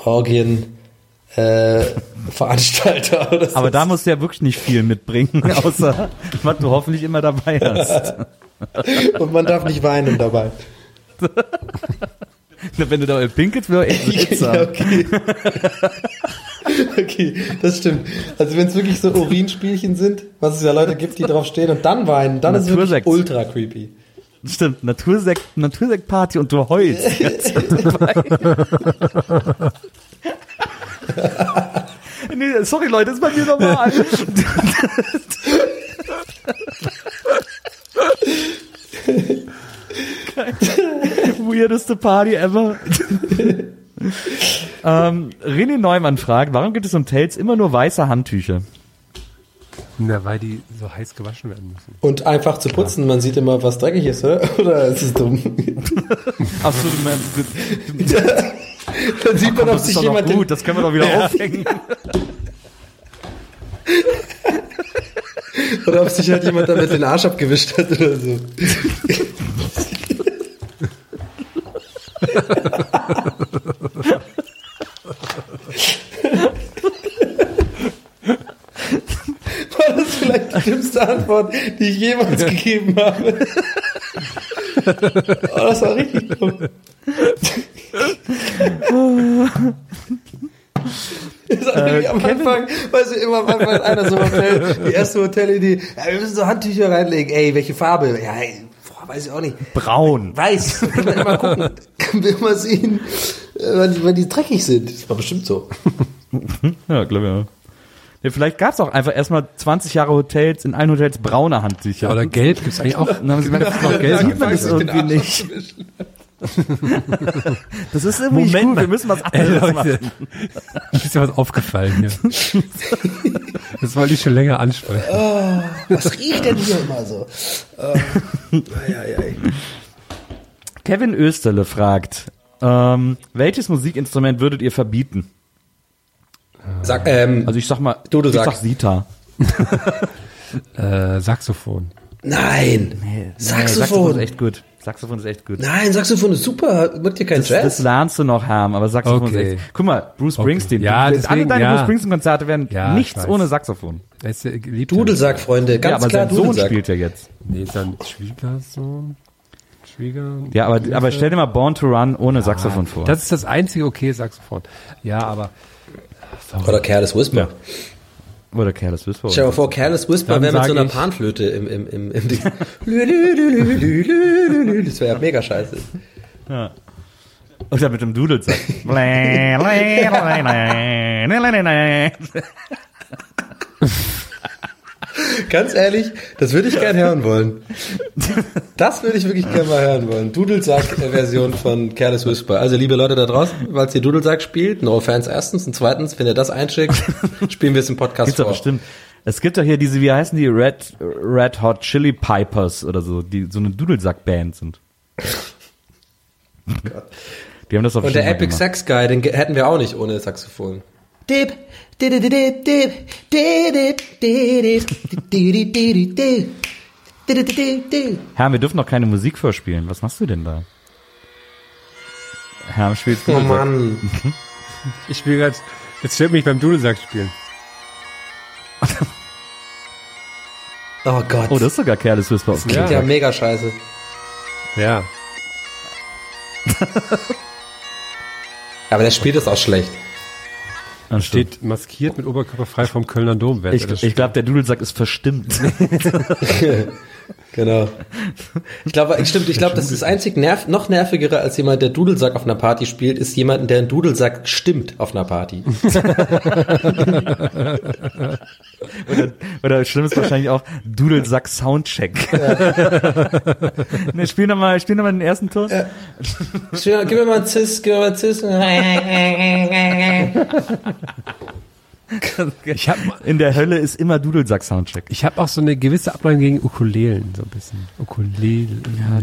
D: Orgien,
B: [laughs]
D: äh, Veranstalter oder so.
B: Aber da musst du ja wirklich nicht viel mitbringen, [laughs] außer was du hoffentlich immer dabei hast.
D: Und man darf nicht weinen dabei.
B: Wenn du da pinkelst, [laughs] wäre echt
D: Ja,
B: seltsam.
D: okay. [laughs] okay, das stimmt. Also wenn es wirklich so Urinspielchen sind, was es ja Leute gibt, die drauf stehen und dann weinen, dann ist es wirklich
B: Natursekt.
D: ultra creepy.
B: Stimmt, Natursekt, Natursekt-Party und du
D: [laughs]
B: heulst. die ganze Zeit dabei. Nee, sorry Leute, das ist bei mir normal. Weirdeste Party ever. ähm, René Neumann fragt, warum gibt es in Hotels immer nur weiße Handtücher?
C: Na, weil die so heiß gewaschen werden müssen.
D: Und einfach zu putzen, man sieht immer, was dreckig ist, oder? [laughs] Oder ist
B: [laughs]
D: es dumm?
B: Achso, du meinst,
D: [laughs] Dann sieht man, ob
B: das ist
D: sich
B: doch noch
D: jemand
B: gut, das können wir doch wieder aufhängen.
D: den, oder ob sich halt jemand damit den Arsch abgewischt hat oder so. War das vielleicht die dümmste Antwort, die ich jemals gegeben habe? Oh, das war richtig dumm. Das ist natürlich am Anfang, weißt du, immer am Anfang hat einer so ein Hotel, die erste Hotelidee, ja, wir müssen so Handtücher reinlegen, ey, welche Farbe? Ja, ey, boah, weiß ich auch nicht.
B: Braun.
D: [laughs] Weiß, können wir immer gucken, können wir immer sehen, äh, wenn die, wenn die dreckig sind. Das war
B: [laughs]
D: bestimmt so.
B: Ja, glaube ich ja. ja. Vielleicht gab es auch einfach erstmal 20 Jahre Hotels, in allen Hotels braune Handtücher.
C: Oder gelb gibt's eigentlich [laughs] auch.
B: dann haben sie gemerkt, das ist doch Geld.
C: Sieht man
B: das irgendwie nicht. Das ist irgendwie nicht
C: Moment
B: gut,
C: mal.
B: wir müssen was
C: Ey,
B: anderes machen.
C: Leute, mir [laughs] ist ja was aufgefallen hier. Das wollte ich schon länger ansprechen.
D: Ah, Was riecht denn hier immer so?
B: Äh, [laughs] Kevin Österle fragt, ähm, welches Musikinstrument würdet ihr verbieten?
D: Sag, ähm,
B: Also ich sag mal,
D: Du, du
B: ich sag
D: sagst.
B: Sita.
C: Äh, Saxophon.
D: nein,
B: Saxophon
D: Saxophon.
B: ist echt gut. Saxophon ist echt gut.
D: nein, Saxophon ist super, macht dir kein
B: Das
D: Jazz?
B: lernst du noch haben, aber Saxophon
C: Okay.
B: ist echt. Guck mal, Bruce Springsteen.
C: Ja,
B: Du- Alle
C: deswegen,
B: deine
C: ja.
B: Bruce Springsteen-Konzerte werden
C: Ja, ich
B: nichts
C: weiß.
B: ohne Saxophon.
C: Weißt du, geliebt
D: Dudelsack, Freunde,
B: Ja,
D: ganz
B: aber
D: klar
B: sein Sohn
D: Dudelsack.
B: spielt ja jetzt.
C: Nee, dann Schwiegersohn. Schwieger.
B: Ja, aber, aber stell dir mal Born to Run ohne Saxophon vor.
C: Das ist das einzige okay Saxophon. Ja, aber
D: Oder Careless Whisper.
B: Oder Careless Whisper.
D: Stell dir mal vor, Careless Whisper
C: Dann
D: wäre mit so
C: sag
D: einer
C: ich-
D: Panflöte im, im, im, im [laughs] Ding. Lü, lü, lü, lü, lü, lü, lü, lü. Das wäre ja mega scheiße.
B: Oder mit dem Dudelsack. [laughs] Wie
D: Ganz ehrlich, das würde ich gern hören wollen. Das würde ich wirklich gern mal hören wollen. Dudelsack-Version von Careless Whisper. Also, liebe Leute da draußen, falls ihr Dudelsack spielt, no offense erstens. Und zweitens, wenn ihr das einschickt, spielen wir es im Podcast
B: Gibt's doch
D: vor.
B: bestimmt. Es gibt doch hier diese, wie heißen die? Red, Red Hot Chili Pipers oder so, die so eine Dudelsack-Band sind. Die haben das auf
D: Und der Epic Sax Guy, den ge- hätten wir auch nicht ohne Saxophon. Dip, dip, dip, dip, dip, dip, dip, dip, dip, dip, dip, dip, dip, dip.
B: Herr, wir dürfen doch keine Musik vorspielen. Was machst du denn da? Herr, spielst
D: Oh
B: Dudelsack.
D: Mann.
C: ich spiele gerade. Jetzt stört mich beim Dudelsack spielen.
D: Oh Gott.
B: Oh, das ist sogar Careless Whisper. auf
D: klingt ja.
C: ja.
D: mega scheiße.
C: Ja.
D: Aber der spielt das auch schlecht.
B: Dudelsack.
C: Steht maskiert mit Oberkörper frei vom Kölner Dom. während er das
B: Ich, ich glaube, der Dudelsack ist
D: [laughs]
B: verstimmt.
D: Genau. Ich glaube, ich- stimmt, ich glaube, das ist das einzig nerv noch nervigere als jemand, der Dudelsack auf einer Party spielt, ist jemand, der einen Dudelsack stimmt auf einer Party. [laughs]
B: Oder schlimm ist wahrscheinlich auch Dudelsack [laughs] Soundcheck. ne, spiel nochmal, spiel nochmal den ersten Ton.
D: Gib mir mal einen Cis, gib mir mal einen Cis. [laughs]
C: Ich habe
B: In der Hölle ist immer Dudelsack Soundcheck.
C: ich hab auch so eine gewisse Abneigung gegen Ukulelen, so ein bisschen. Ukulele.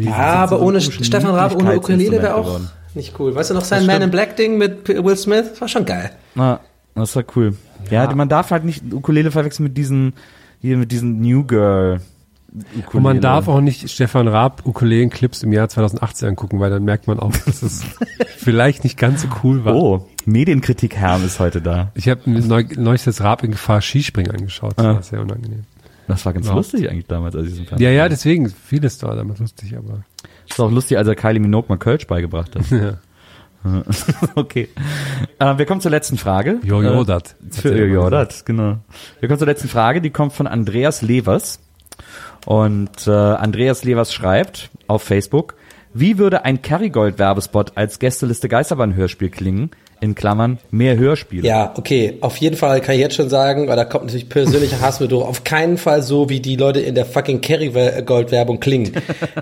D: Ja, aber ohne Stefan Raab, ohne Ukulele wäre auch
B: Niedlichkeitsinstrument geworden.
D: nicht cool. Weißt du noch sein Man in Black Ding mit P- Will Smith? Das war schon geil.
B: Na, das war cool. Ja. man darf halt nicht Ukulele verwechseln mit diesen, hier mit diesen New Girl. Ukulele.
C: Und man darf auch nicht Stefan Raab Ukulelen-Clips im Jahr 2018 angucken, weil dann merkt man auch, [laughs] dass es vielleicht nicht ganz so cool war.
B: Oh, Medienkritik Herm ist heute da.
C: Ich habe neu, neulich das Raab in Gefahr Skispringen angeschaut.
B: Ah.
C: Das war sehr unangenehm.
B: Das war ganz
C: Ja.
B: lustig eigentlich damals, als ich diesen Fernsehen.
C: Ja, ja, deswegen, vieles war damals lustig, aber.
B: Das war auch lustig, als er Kylie Minogue mal Kölsch beigebracht hat.
C: [laughs] Ja.
B: [laughs] okay. Äh, wir kommen zur letzten Frage.
C: Jo, jo,
B: Äh,
C: dat.
B: Für,
C: Erzähl
B: jo,
C: mal.
B: dat, genau. Wir kommen zur letzten Frage, die kommt von Andreas Levers. Und äh, Andreas Levers schreibt auf Facebook, wie würde ein Kerrygold-Werbespot als Gästeliste Geisterbahn-Hörspiel klingen? in Klammern, mehr Hörspiele.
D: Ja, okay. Auf jeden Fall kann ich jetzt schon sagen, weil da kommt natürlich persönlicher Hass mit hoch. Auf keinen Fall so, wie die Leute in der fucking Kerrygold-Werbung klingen.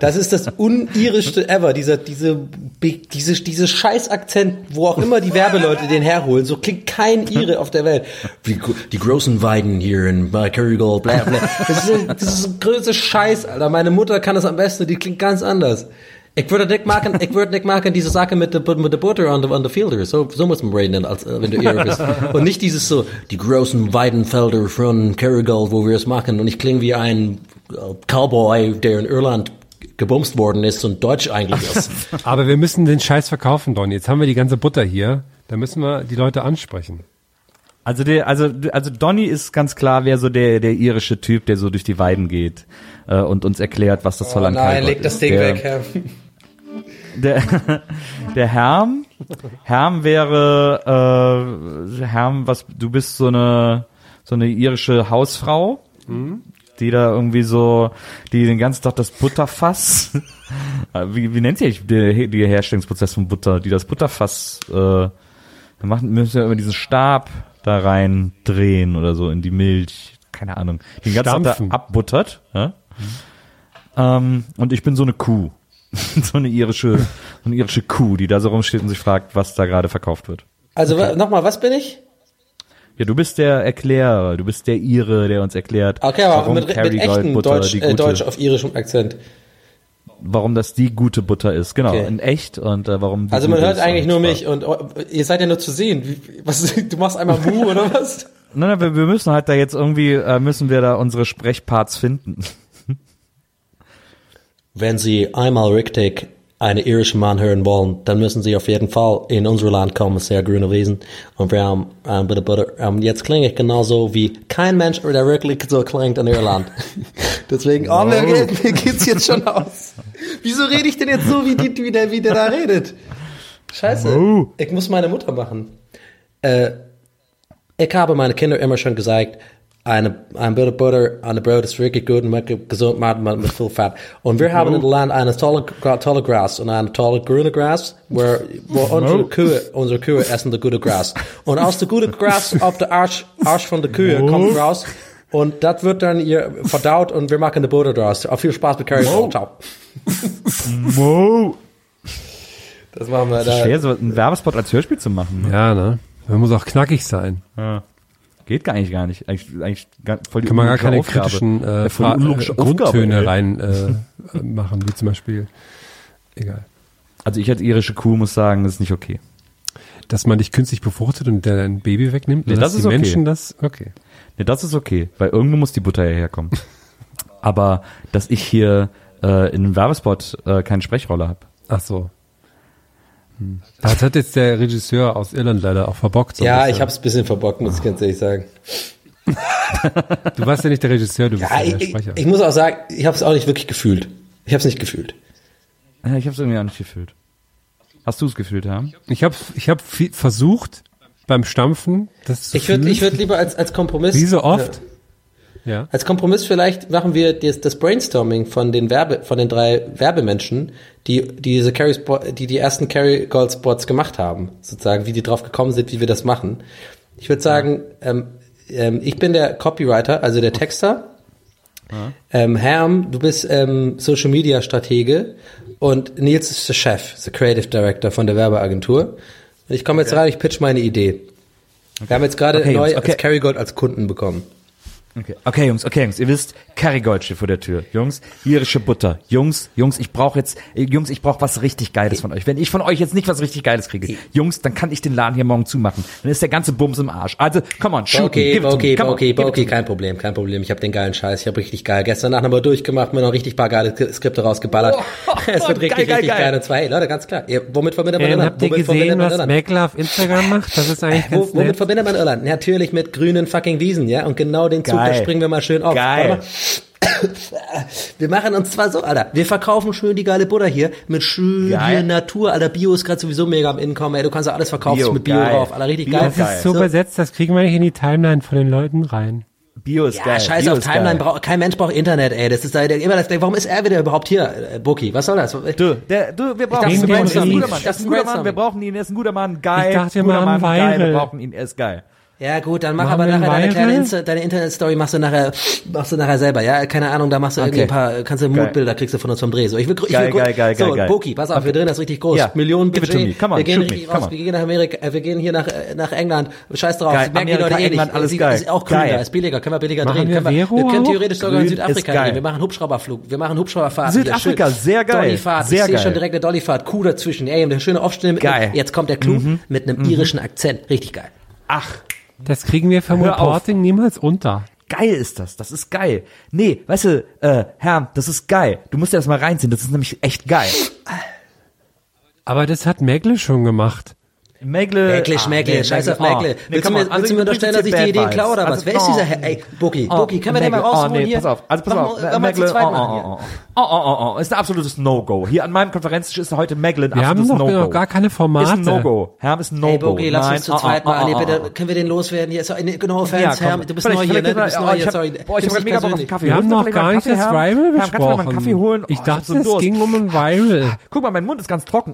D: Das ist das unirischste ever. Dieser, diese, be- diese, diese Scheißakzent, wo auch immer die Werbeleute den herholen. So klingt kein Ire auf der Welt. Wie, gro- die großen Weiden hier in bei Kerrygold, bla, bla. Das ist, das ist ein größter Scheiß, Alter. Meine Mutter kann das am besten, die klingt ganz anders. Ich würde nicht machen, ich würde nicht machen diese Sache mit der mit der Butter on the, on the Fielder. So, so muss man reden, als, äh, wenn du Ire bist. Und nicht dieses so, die großen Weidenfelder von Kerrygold, wo wir es machen. Und ich klinge wie ein äh, Cowboy, der in Irland gebumst worden ist und deutsch eigentlich
B: [laughs]
D: ist.
C: Aber wir müssen den Scheiß verkaufen, Donny. Jetzt haben wir die ganze Butter hier. Da müssen wir die Leute ansprechen.
B: Also der, also, also Donny ist ganz klar, wer so der, der irische Typ, der so durch die Weiden geht äh, und uns erklärt, was
D: Oh
B: das Zoll an Calgary ist. der,
D: Herr.
B: Der, [laughs] der Herm, Herm wäre, äh, Herm, was, du bist so eine, so eine irische Hausfrau, die da irgendwie so, die den ganzen Tag das Butterfass, [laughs] äh, wie, wie nennt sich eigentlich der, der Herstellungsprozess von Butter, die das Butterfass, äh, wir machen, müssen ja immer diesen Stab da rein drehen oder so in die Milch, keine Ahnung, die den ganzen Tag
C: Stampfen.
B: da abbuttert, ja? ähm, und ich bin so eine Kuh [laughs] so eine irische, so eine irische Kuh, die da so rumsteht und sich fragt, was da gerade verkauft wird.
D: Also wa- nochmal, was bin ich?
B: Ja, du bist der Erklärer, du bist der Ire, der uns erklärt,
D: Okay, aber
B: warum
D: mit, mit
B: Kerrygold
D: echtem
B: Butter
D: Deutsch,
B: die
D: äh,
B: gute,
D: Deutsch auf irischem Akzent.
B: warum das die gute Butter ist, genau,
D: Okay.
B: in echt und äh, warum. Die
D: Also man
B: gute
D: hört
B: ist
D: eigentlich
B: und
D: nur
B: zwar-
D: mich und oh, ihr seid ja nur zu sehen. Wie, was, [laughs] du machst einmal Mu oder was?
B: Nein, nein, wir, wir müssen halt da jetzt irgendwie äh, müssen wir da unsere Sprechparts
D: [laughs]
B: finden.
D: Wenn Sie einmal richtig einen irischen Mann hören wollen, dann müssen Sie auf jeden Fall in unser Land kommen, sehr grüne Wiesen. Und wir haben, ähm, bitte, bitte, ähm, jetzt klinge ich genauso wie kein Mensch, der wirklich so klingt in Irland. Deswegen, oh, mir, geht, mir geht's jetzt schon aus. Wieso rede ich denn jetzt so, wie, die, wie, der, wie der da redet? Scheiße, ich muss meine Mutter machen. Ich habe meinen Kindern immer schon gesagt, eine, ein Butter Butter an der Brot ist wirklich gut und mit gesund macht man mit viel Fett. Und wir haben in Irland eine tolle, Gra- tolle Gras und eine tolle grüne Gras, wo, wo unsere Kühe, unsere Kühe essen das gute [laughs] Gras. Und aus dem guten Gras auf der Arsch, Arsch von der Kühe kommt raus und das wird dann ihr verdaut und wir machen eine Butter draus. Auf viel Spaß mit Curry. Ciao.
B: Wow.
D: Das machen wir da.
B: Schwer, so einen Werbespot als Hörspiel zu machen. ne?
C: Ja, ne? Man muss auch knackig sein.
B: Geht gar eigentlich gar nicht. Eigentlich, eigentlich gar, voll die
C: Kann man gar
B: unlogische
C: keine
B: Aufgabe.
C: kritischen äh,
B: voll
C: Fra-
B: die unlogische
C: äh, Grundtöne
B: Aufgabe, ey.
C: rein äh, [laughs] machen, wie zum Beispiel. Egal.
B: Also ich als irische Kuh muss sagen, das ist nicht okay.
C: Dass man dich künstlich befruchtet und dir dein Baby wegnimmt.
B: Nee,
C: dass
B: das
C: die
B: ist okay.
C: Menschen das. Okay.
B: Ne, das ist okay, weil irgendwo muss die Butter ja
D: [laughs]
B: herkommen. Aber dass ich hier äh, in einem Werbespot äh, keine Sprechrolle habe.
C: Ach so. Hm. Das hat jetzt der Regisseur aus Irland leider auch verbockt. so ein
D: Ja,
C: bisschen.
D: ich hab's ein bisschen verbockt, muss ich ganz ehrlich sagen.
C: Du warst ja nicht der Regisseur, du bist
D: Ja,
C: ja,
D: ich,
C: der
D: Ah, ich,
C: Sprecher.
D: ich muss auch sagen, ich hab's auch nicht wirklich gefühlt. Ich hab's nicht gefühlt.
B: Ja, Äh, ich habe es irgendwie auch nicht gefühlt. Hast du es gefühlt, Herr?
C: Ich habe ich hab viel versucht beim Stampfen, das zu
D: Ich würde
C: fühlen.
D: ich würd lieber als, als Kompromiss.
C: Wie so oft?
D: Äh,
C: Ja.
D: Als Kompromiss vielleicht machen wir das, das Brainstorming von den Werbe, von den drei Werbemenschen, die, die diese Carry Spot, die die ersten Carry Gold Spots gemacht haben, sozusagen, wie die drauf gekommen sind, wie wir das machen. Ich würde sagen, ähm, ähm, ich bin der Copywriter, also der Texter. Ähm, Herm, du bist ähm, Social Media Stratege und Nils ist der Chef, der Creative Director von der Werbeagentur. Und ich komme jetzt rein, ich pitch meine Idee. Wir haben jetzt gerade
B: Okay,
D: neu
B: Jungs, okay.
D: als Carrygold als Kunden bekommen.
B: Okay. okay, Jungs, okay, Jungs, ihr wisst, Kerrygold steht vor der Tür. Jungs, irische Butter. Jungs, Jungs, ich brauche jetzt, äh, Jungs, ich brauche was richtig Geiles von euch. Wenn ich von euch jetzt nicht was richtig Geiles
D: Äh.
B: kriege, Jungs, dann kann ich den Laden hier morgen zumachen. Dann ist der ganze Bums im Arsch. Also, come on, shoot me,
D: Okay,
B: give it to me,
D: okay,
B: come on,
D: okay,
B: give it to
D: okay,
B: me.
D: kein Problem, kein Problem. Ich habe den geilen Scheiß, ich habe richtig geil gestern Nacht nochmal durchgemacht, mir noch richtig paar geile Sk- Skripte rausgeballert.
B: Oh,
D: [laughs] es wird richtig,
B: [laughs] geil, geil,
D: richtig
B: geil.
D: geil. Und zwar, hey, Leute, ganz klar, ihr, womit verbindet man
C: Ähm,
D: Irland?
C: habt ihr
D: Womit verbindet
C: gesehen,
D: man
C: was
D: Irland?
C: Mäkler auf Instagram macht? Das ist eigentlich
D: Wo,
C: ganz
D: womit
C: nett.
D: verbindet man Irland? Natürlich mit grünen fucking Wiesen, ja? Und genau den Zug,
B: Geil.
D: da springen wir mal schön auf.
B: Geil.
D: Warte mal. Wir machen uns zwar so, Alter, wir verkaufen schön die geile Butter hier mit schön
B: Geil.
D: hier Natur, Alter, Bio ist gerade sowieso mega am Inkommen, ey, du kannst ja alles verkaufen
B: Bio,
D: mit Bio
B: geil.
D: drauf, Alter, richtig
B: Bio
D: geil.
C: Das ist so
D: So,
C: besetzt, das kriegen wir nicht in die Timeline von den Leuten rein.
B: Bio ist
D: Ja,
B: geil.
D: Ah, scheiß
B: Bio
D: auf
B: ist
D: Timeline,
B: geil.
D: brauch, kein Mensch braucht Internet, ey. Das ist da immer das, warum ist er wieder überhaupt hier, äh, Buki? Was soll das?
B: Du, der, du, wir brauchen
D: dachte,
B: ihn.
C: das
B: Der
C: ist
B: ist ein
C: ein
B: guter Mann.
D: Brainstorming.
B: Der ist ein guter Mann. Wir brauchen ihn. Er ist ein guter Mann. Geil.
C: Ich dachte, wir
B: guter Mann,
C: machen
B: geil. Wir
C: Viral.
B: brauchen ihn. Er ist geil.
D: Ja, gut, dann mach
C: Machen
D: aber
C: wir einen
D: nachher deine
C: Viral?
D: kleine Insta, deine Internet-Story machst du nachher, machst du nachher selber, ja? Keine Ahnung, da machst du irgendwie ein paar, kannst du
B: Geil.
D: Mutbilder, kriegst du von uns vom Dreh. So, ich will, ich
B: Geil,
D: will gucken.
B: geil, geil,
D: so,
B: geil, geil.
D: Boki, pass auf, wir drehen das richtig groß.
B: Ja.
D: Millionen
B: Give it
D: Budget.
B: to me. Come on,
D: wir gehen
B: shoot
D: richtig
B: me. Come
D: raus,
B: on.
D: wir gehen nach Amerika, äh, wir gehen hier nach, äh, nach England. Scheiß drauf,
B: Geil.
D: das merken die
B: Amerika,
D: Leute eh
B: England,
D: nicht.
B: alles
D: Sie-
B: geil.
D: Ist auch
B: Geil.
D: grüner, ist billiger, können wir billiger
C: Machen
D: drehen.
C: wir
D: können wir,
C: Vero
D: wir können
C: auch?
D: theoretisch sogar in
B: Grün ist
D: Südafrika
B: geil.
D: gehen. Wir machen Hubschrauberflug, wir machen Hubschrauberfahrt. hier,
B: Südafrika,
D: schön.
B: sehr geil.
D: Donnyfahrt,
B: Sehr
D: ich sehe
B: geil.
D: schon direkt eine Dollyfahrt, Kuh dazwischen. Ey, eine schöne Aufstellung. mit-
B: Geil. Mhm.
D: Jetzt kommt der Clou mit einem irischen Akzent. Richtig geil.
B: Ach,
C: Das kriegen wir vom
B: Hör auf.
C: Reporting niemals unter.
B: geil ist das. Das ist geil. Nee, weißt du, äh, Herr, das ist geil. Du musst dir das mal reinziehen. Das ist nämlich echt geil.
C: Aber das hat Megle schon gemacht.
B: Megle.
D: Mäcklisch,
B: ah,
D: Mäckle,
B: nee,
D: scheiß
B: Megle,
D: auf Mäckle.
B: oh, nee,
D: willst du
B: come
D: mir,
B: on. Also
D: willst du
B: im Prinzip
D: mir unterstellen, dass ich die
B: Bad
D: Ideen
B: Vibes.
D: klaue oder was?
B: Also,
D: Wer ist
B: oh,
D: dieser Herr? Ey, Buki,
B: Oh,
D: Buki, können wir den mal
B: Megle,
D: rausholen
B: oh, nee,
D: hier?
B: Pass auf, also pass
D: Mach
B: auf.
D: mal- mach mal zu
B: Megle,
D: zweit
B: oh,
D: machen
B: oh,
D: hier.
B: oh, oh, oh, oh, oh, ist ein absolutes No-Go. Hier an meinem Konferenztisch ist heute Megle ein
C: Wir haben
B: absolutes
C: noch-
B: No-Go.
C: noch gar keine
B: Ist
C: Formate.
B: ein No-Go. Herr ist ein No-Go.
D: Ey, Buki, lass
B: Nein,
D: uns zu
B: oh,
D: zweit
B: oh,
D: mal, nee,
B: oh, oh,
D: bitte,
B: oh.
D: können wir den loswerden hier? So, nee, Genau,
B: Ja,
D: Fans,
B: komm.
D: Herr, du bist neu hier, ne? Du bist neu hier, sorry.
B: Boah, ich
D: Nimm's
B: hab grad
D: nicht
B: mega Bock auf einen
D: persönlich.
B: Kaffee.
C: Wir haben
B: Holst du
C: noch
B: vielleicht
C: gar
B: einen
C: nicht
B: Kaffee,
C: das
B: Herr?
C: Viral
B: Herr, Kannst du mir mal
C: besprochen.
B: einen Kaffee holen? Oh,
C: Ich
B: hab
C: dachte,
B: so einen
C: es
B: Durst.
C: ging um ein Viral.
B: Guck mal, mein Mund ist ganz trocken.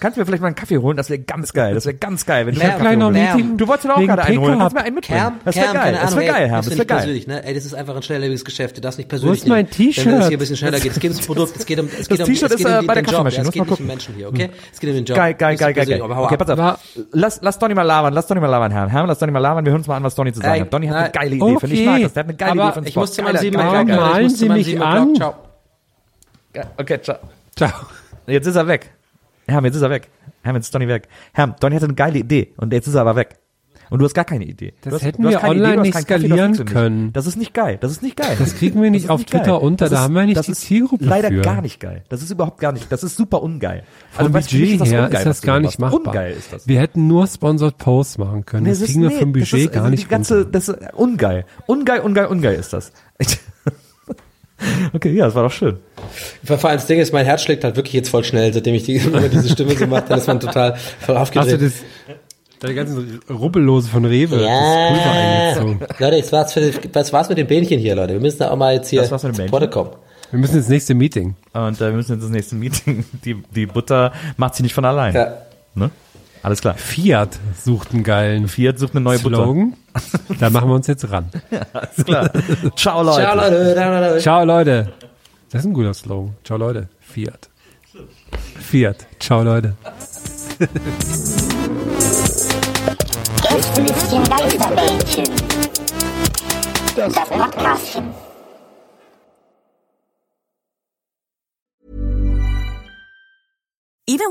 B: Kannst du mir vielleicht mal einen Kaffee holen? Das wäre ganz geil. Das wäre ganz geil, wenn du
D: Ich hab
B: mir einen Kaffee
C: gleich noch ein
B: holst.
D: Lärm.
C: Meeting.
B: Du wolltest mir auch
C: wegen
B: gerade einen
C: Pick
B: holen. Kannst
C: gehabt.
B: du mir einen mitbringen?
D: Kerm,
B: Das wäre
D: Kerm,
B: geil.
D: keine Ahnung.
B: Das wäre
D: ey,
B: geil, Herr.
D: nimmst du
B: Das wäre
D: nicht
B: geil.
D: persönlich, ne? Ey, das ist einfach ein schnelllebiges Geschäft. Du darfst nicht persönlich
C: ist mein
D: nehmen. Wenn das
C: T-Shirt?
D: hier ein bisschen schneller geht. Es geht ums Produkt, es geht um, es
B: Das
D: geht um, es
B: T-Shirt
D: geht
B: ist, äh,
D: um
B: bei der
D: den Job. Ja,
B: Kaffeemaschine. Lass
D: es geht
B: mal
D: nicht um
B: gucken.
D: Menschen hier, okay? Es geht um den Job.
B: Geil, geil,
D: Nicht so
B: geil, geil, geil.
D: persönlich, aber hau
B: Okay,
D: ab.
B: pass auf. Lass, lass Donny mal labern. Lass Donny mal labern, Herr. Herr, lass Donny mal labern. Wir hören uns mal an, was Donny zu sagen
D: Ey,
B: hat. Donny hat
D: na,
B: eine geile Idee, finde ich.
C: okay.
B: Mag das. Der hat eine geile
C: Aber
B: Idee für einen
D: Ich
B: Spot.
D: muss zu meinem
B: Geiler,
D: sieben
B: geiler,
D: O'Clock,
C: Warum
B: geiler.
D: Leute, ich
C: malen
D: muss zu
C: Sie
D: meinem
C: mich
D: sieben
C: an?
D: O'Clock. Ciao.
B: Geil. Okay, ciao.
C: Ciao.
B: Jetzt ist er weg. Herr, jetzt ist er weg. Herr, jetzt ist Donny weg. Herr, Donny hatte eine geile Idee und jetzt ist er aber weg. Und du hast gar keine Idee.
C: Das
B: du hast,
C: hätten
B: du hast
C: wir
B: keine
C: online
B: du hast
C: nicht
B: keinen Kaffee, das
C: skalieren
B: kriegst du nicht.
C: können.
B: Das ist nicht geil. Das ist nicht geil.
C: Das kriegen wir nicht
B: ist
C: auf
B: geil.
C: Twitter unter, da haben wir nicht
B: das
C: die
B: ist
C: Zielgruppe
B: Leider
C: für.
B: gar nicht geil. Das ist überhaupt gar nicht. Das ist super ungeil.
C: Vom
B: weißt du, für mich
C: Budget her
B: ungeil,
C: ist
B: Also was
C: das
B: du
C: gar
B: gemacht
C: nicht
B: hast.
C: machbar.
B: Ungeil ist das.
C: Wir hätten nur Sponsored Posts machen können. das
B: es
C: kriegen wir
B: nee,
C: vom Budget
B: das ist,
C: gar
B: also
C: nicht
B: Die ganze,
C: runter.
B: das ist ungeil. Ungeil, ungeil, ungeil ist das. [laughs] okay, ja, das war doch schön.
E: Vor vor allem das Ding ist, mein Herz schlägt halt wirklich jetzt voll schnell, seitdem ich die, immer diese Stimme gemacht habe, ist man total voll
C: Hast du
E: aufgedreht.
C: das, deine ganzen Rubbellose von Rewe,
D: Ja.
C: das Pulver eingezogen.
D: Leute, jetzt war's, für, was war's mit den Bähnchen hier, Leute? Wir müssen da auch mal jetzt hier
B: Das war's mit den
D: zu
B: Bähnchen?
D: Porte kommen.
C: Wir müssen ins nächste Meeting.
B: Und äh, wir müssen jetzt ins nächste Meeting. Die, die Butter macht sie nicht von allein.
E: Ja.
B: Ne? Alles klar.
C: Fiat sucht einen geilen
B: Fiat sucht eine neue Butter.
C: Slogan. Da machen wir uns jetzt ran.
B: Alles [laughs] klar. Ciao, Leute.
D: Ciao, Leute. Da, da, da.
C: Ciao, Leute. Das ist ein guter Slogan. Ciao, Leute. Fiat. Fiat. Ciao, Leute.
A: Gästelistchen Geisterbällchen. Das Podcastchen.
G: Even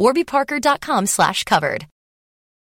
H: warbyparker.com slash covered.